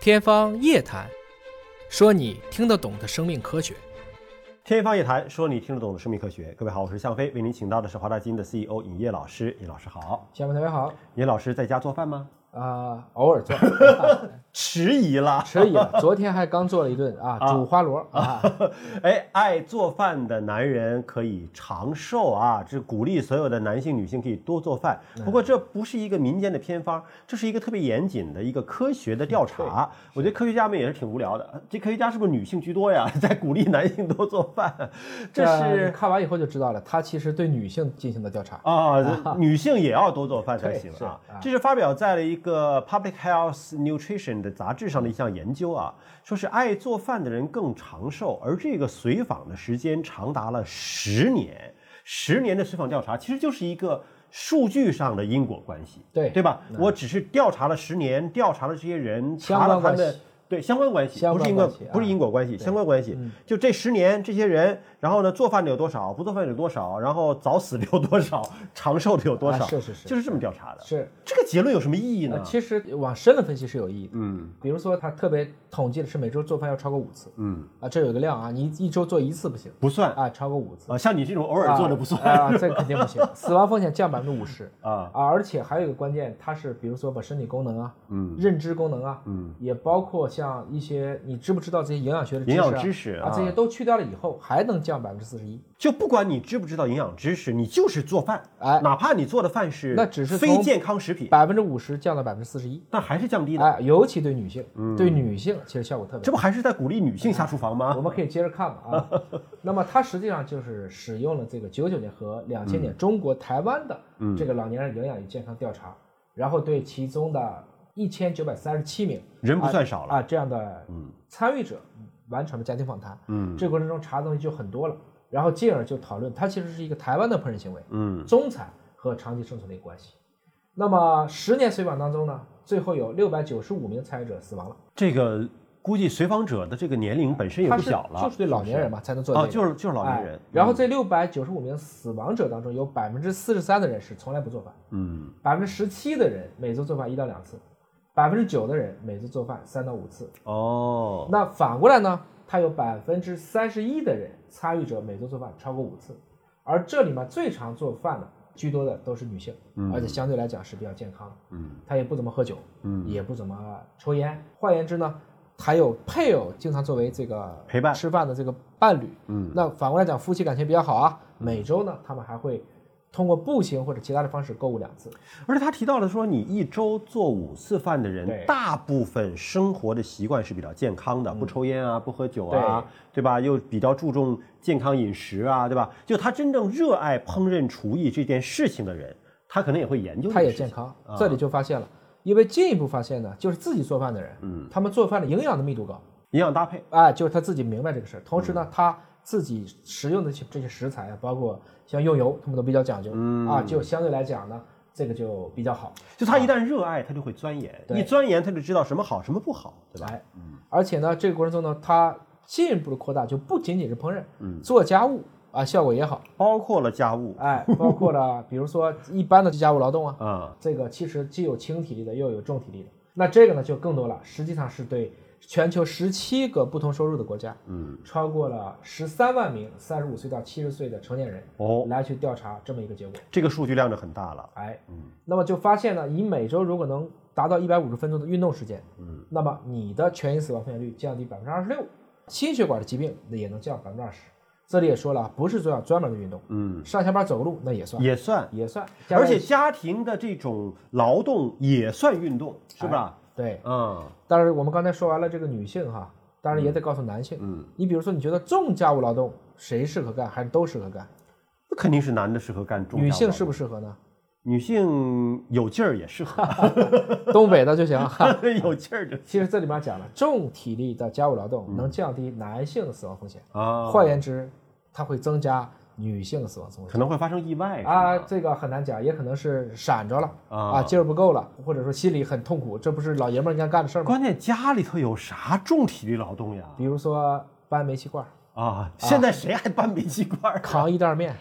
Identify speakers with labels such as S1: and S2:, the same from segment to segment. S1: 天方夜谭，说你听得懂的生命科学。
S2: 天方夜谭，说你听得懂的生命科学。各位好，我是向飞，为您请到的是华大基因的 CEO 尹烨老师。尹老师好，
S3: 小朋友好啊、
S2: 尹老师在家做饭吗？
S3: 偶尔做，
S2: 迟疑了。
S3: 可以了。昨天还刚做了一顿啊，煮花螺啊，
S2: 哎，爱做饭的男人可以长寿啊！这鼓励所有的男性、女性可以多做饭。不过这不是一个民间的偏方，这是一个特别严谨的一个科学的调查。我觉得科学家们也是挺无聊的，这科学家是不是女性居多呀？ 在鼓励男性多做饭，这
S3: 啊
S2: 是
S3: 看完以后就知道了，他其实对女性进行了调查。
S2: 啊，女性也要多做饭才行啊
S3: 对是啊。
S2: 这是发表在了一个《Public Health Nutrition》的杂志上的一项研究啊，说是爱做饭的人更长寿，而这个随访的时间长达了十年。十年的随访调查其实就是一个数据上的因果关系，
S3: 对
S2: 对吧？我只是调查了十年，调查了这些人，
S3: 相
S2: 查了
S3: 关关
S2: 他们
S3: 系
S2: 对相关关系，
S3: 相
S2: 不是
S3: 关
S2: 因果
S3: 关系，
S2: 不是
S3: 啊
S2: 因果关系，相关关系。
S3: 嗯
S2: 就这十年，这些人，然后呢，做饭的有多少，不做饭的有多少，然后早死的有多少， 长寿的有多少，
S3: 啊是是是
S2: 就是这么调查的。
S3: 是，
S2: 这个结论有什么意义
S3: 呃
S2: 呢？
S3: 其实往深了分析是有意义的。
S2: 嗯
S3: 比如说，他特别统计的是每周做饭要超过五次
S2: 嗯，
S3: 啊，这有一个量啊，你一周做一次不行
S2: 不算
S3: 啊，超过五次
S2: 啊，像你这种偶尔
S3: 啊
S2: 做的不算
S3: 啊，这肯定不行，死亡风险降百分之五十
S2: 啊。
S3: 啊，而且还有一个关键，它是比如说把身体功能啊、
S2: 嗯
S3: 认知功能啊，
S2: 嗯，
S3: 也包括像一些你知不知道这些营养学的
S2: 营养
S3: 知
S2: 知
S3: 识
S2: 识
S3: 啊啊，这些都去掉了以后，还能降百分之四十一。
S2: 就不管你知不知道营养知识，你就是做饭，
S3: 哎
S2: 哪怕你做的饭是
S3: 那只是
S2: 非
S3: 从
S2: 健康食品，
S3: 百分之五十降到百分之四十一，
S2: 但还是降低的。嗯
S3: 哎，尤其对女性，对女性其实效果特别
S2: 这
S3: 好。
S2: 不还是在鼓励女性下厨房吗？
S3: 我们可以接着看 吧啊。那么它实际上就是使用了这个九九年和两千
S2: 嗯
S3: 年中国台湾的这个老年人营养与健康调查，然后对其中的一千九百三十七名
S2: 人不算少了，
S3: 啊这样的参与者完成了家庭访谈。
S2: 嗯
S3: 这个过程中查的东西就很多了，然后进而就讨论它其实是一个台湾的烹饪行为。
S2: 嗯
S3: 中产和长期生存的一个关系。那么十年随访当中呢，最后有六百九十五名参与者死亡了。
S2: 这个估计随访者的这个年龄本身也
S3: 他
S2: 不
S3: 是
S2: 小了，
S3: 就是对老年人嘛才能做这
S2: 啊，
S3: 个
S2: 就是就是老年
S3: 哎
S2: 人。嗯
S3: 然后这六百九十五名死亡者当中，有百分之四十三的人是从来不做饭，
S2: 嗯，
S3: 百分之十七的人每周做饭一到两次，百分之九的人每周做饭三到五次。
S2: 哦，
S3: 那反过来呢，他有百分之三十一的人参与者每周做饭超过五次，而这里面最常做饭的居多的都是女性，而且相对来讲是比较健康的。
S2: 嗯，
S3: 她也不怎么喝酒，
S2: 嗯，
S3: 也不怎么抽烟。换言之呢，还有配偶经常作为这个
S2: 陪伴
S3: 吃饭的这个伴侣。
S2: 嗯，
S3: 那反过来讲，夫妻感情比较好啊，每周呢他们还会通过步行或者其他的方式购物两次。
S2: 而且他提到了说，你一周做五次饭的人，
S3: 对嗯
S2: 大部分生活的习惯是比较健康的，不抽烟啊，不喝酒啊，对吧？又比较注重健康饮食啊，对吧？就他真正热爱烹饪厨艺这件事情的人，他可能也会研究这
S3: 他
S2: 个
S3: 也
S2: 事情。
S3: 健康，这
S2: 啊
S3: 里就发现了，因为进一步发现呢，就是自己做饭的人，嗯，他们做饭的营养的密度高，
S2: 营养搭配，
S3: 哎，就是他自己明白这个事儿。同时
S2: 嗯
S3: 呢，他自己食用的这些这些食材啊，包括像用油，他们都比较讲究，嗯啊，就相对来讲呢，这个就比较好。
S2: 就他一旦热爱，他就会钻研，
S3: 对
S2: 一钻研他就知道什么好，什么不好，对吧？嗯
S3: 哎，而且呢，这个过程中呢，他进一步的扩大，就不仅仅是烹饪，嗯，做家务啊，效果也好，
S2: 包括了家务
S3: 哎，包括了比如说一般的家务劳动啊，
S2: 啊，
S3: 这个其实既有轻体力的，又有重体力的。那这个呢就更多了，实际上是对全球十七个不同收入的国家，
S2: 嗯，
S3: 超过了十三万名三十五岁到七十岁的成年人
S2: 哦，
S3: 来去调查这么一个结果。
S2: 这个数据量就很大了。
S3: 哎，那么就发现呢，你每周如果能达到一百五十分钟的运动时间，嗯，那么你的全因死亡风险率降低百分之二十六，心血管的疾病那也能降百分之二十。这里也说了，啊不是说要专门的运动，
S2: 嗯，
S3: 上下班走个路那也算，
S2: 也算，
S3: 也算，加
S2: 而
S3: 在一
S2: 且
S3: 起
S2: 家庭的这种劳动也算运动，是吧？
S3: 对，
S2: 嗯
S3: 当然，我们刚才说完了这个女性哈，当然也得告诉男性，
S2: 嗯，
S3: 你比如说，你觉得重家务劳动谁适合干，还是都适合干？
S2: 那肯定是男的适合干重
S3: 女
S2: 家务
S3: 性
S2: 劳动
S3: 适不适合呢？
S2: 女性有劲儿也适 合，
S3: 东北的就行。
S2: 有劲儿就
S3: 其实这里面讲了，重体力的家务劳动能降低男性的死亡风险，
S2: 啊，
S3: 换言之，它会增加女性的死亡风
S2: 可
S3: 险。
S2: 能会发生意外
S3: 啊，
S2: 是吧
S3: 这个很难讲，也可能是闪着了
S2: 啊
S3: 啊，劲儿不够了，或者说心里很痛苦，这不是老爷们儿应该干的事儿吗？
S2: 关键家里头有啥重体力劳动呀？
S3: 比如说搬煤气罐儿、
S2: 啊，现在谁还搬煤气罐儿？
S3: 扛一袋儿面，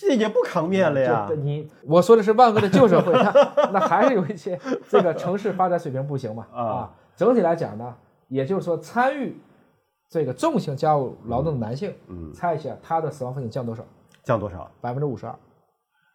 S2: 这也不扛面了呀
S3: 就。你我 说的是万恶的旧社会，那那还是有一些这个城市发展水平不行嘛
S2: 啊
S3: 啊，整体来讲呢，也就是说参与这个重型家务劳动的男性，
S2: 嗯，
S3: 猜一下他的死亡风险降多少？
S2: 降多少？
S3: 百分之五十二，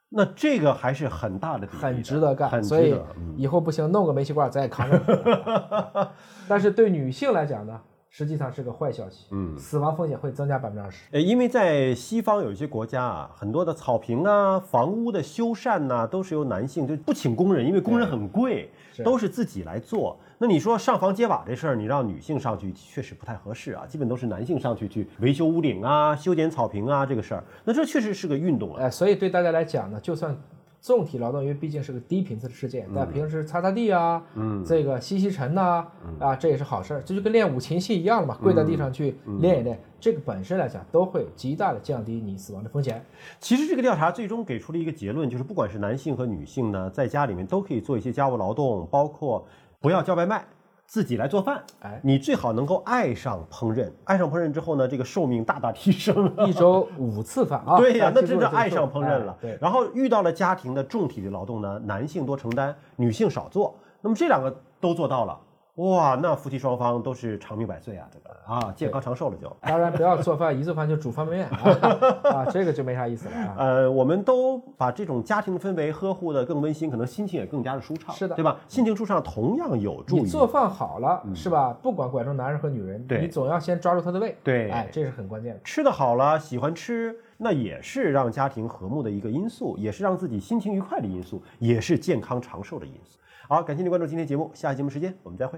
S2: 那这个还是很大的比例的
S3: 很值得干。
S2: 很值
S3: 所以
S2: 得。嗯
S3: 以后不行，弄个煤气罐咱也扛 着。但是对女性来讲呢，实际上是个坏消息，
S2: 嗯
S3: 死亡风险会增加百分之二十。
S2: 呃，因为在西方有一些国家啊，很多的草坪啊、房屋的修缮呐、都是由男性就不请工人，因为工人很贵，
S3: 是
S2: 都是自己来做。那你说上房揭瓦这事儿，你让女性上去确实不太合适啊，基本都是男性上去去维修屋顶啊、修剪草坪啊这个事儿。那这确实是个运动啊，
S3: 哎，所以对大家来讲呢，就算重体劳动，因为毕竟是个低频次的事
S2: 嗯
S3: 件，但平时擦擦地啊，嗯，这个吸吸尘呐、啊，
S2: 嗯
S3: 这也是好事儿。这就跟练五禽戏一样了嘛，跪在地上去
S2: 嗯
S3: 练一练，这个本身来讲都会极大的降低你死亡的风险。
S2: 其实这个调查最终给出了一个结论，就是不管是男性和女性呢，在家里面都可以做一些家务劳动，包括不要叫外卖，自己来做饭。
S3: 哎，
S2: 你最好能够爱上烹饪，爱上烹饪之后呢，这个寿命大大提 升。
S3: 一周五次饭啊，
S2: 对呀、
S3: 大家
S2: 那
S3: 记
S2: 真
S3: 住
S2: 是
S3: 了这个
S2: 爱上
S3: 数
S2: 烹饪了
S3: 哎。对，
S2: 然后遇到了家庭的重体力劳动呢，男性多承担，女性少做。那么这两个都做到了，哇，那夫妻双方都是长命百岁啊，这个啊，健康长寿了就。
S3: 当然不要做饭，一做饭就煮方便面啊 啊，这个就没啥意思了 啊。
S2: 呃，我们都把这种家庭的氛围呵护的更温馨，可能心情也更加的舒畅，
S3: 是的
S2: 对吧？心情舒畅同样有助
S3: 你
S2: 于
S3: 做饭好了、是吧？不管管中男人和女人，
S2: 嗯对
S3: 你总要先抓住他的胃，
S2: 对
S3: 哎，这是很关键的。
S2: 吃的好了，喜欢吃，那也是让家庭和睦的一个因素，也是让自己心情愉快的因素，也是健康长寿的因素。好，感谢您关注今天节目，下期节目时间我们再会。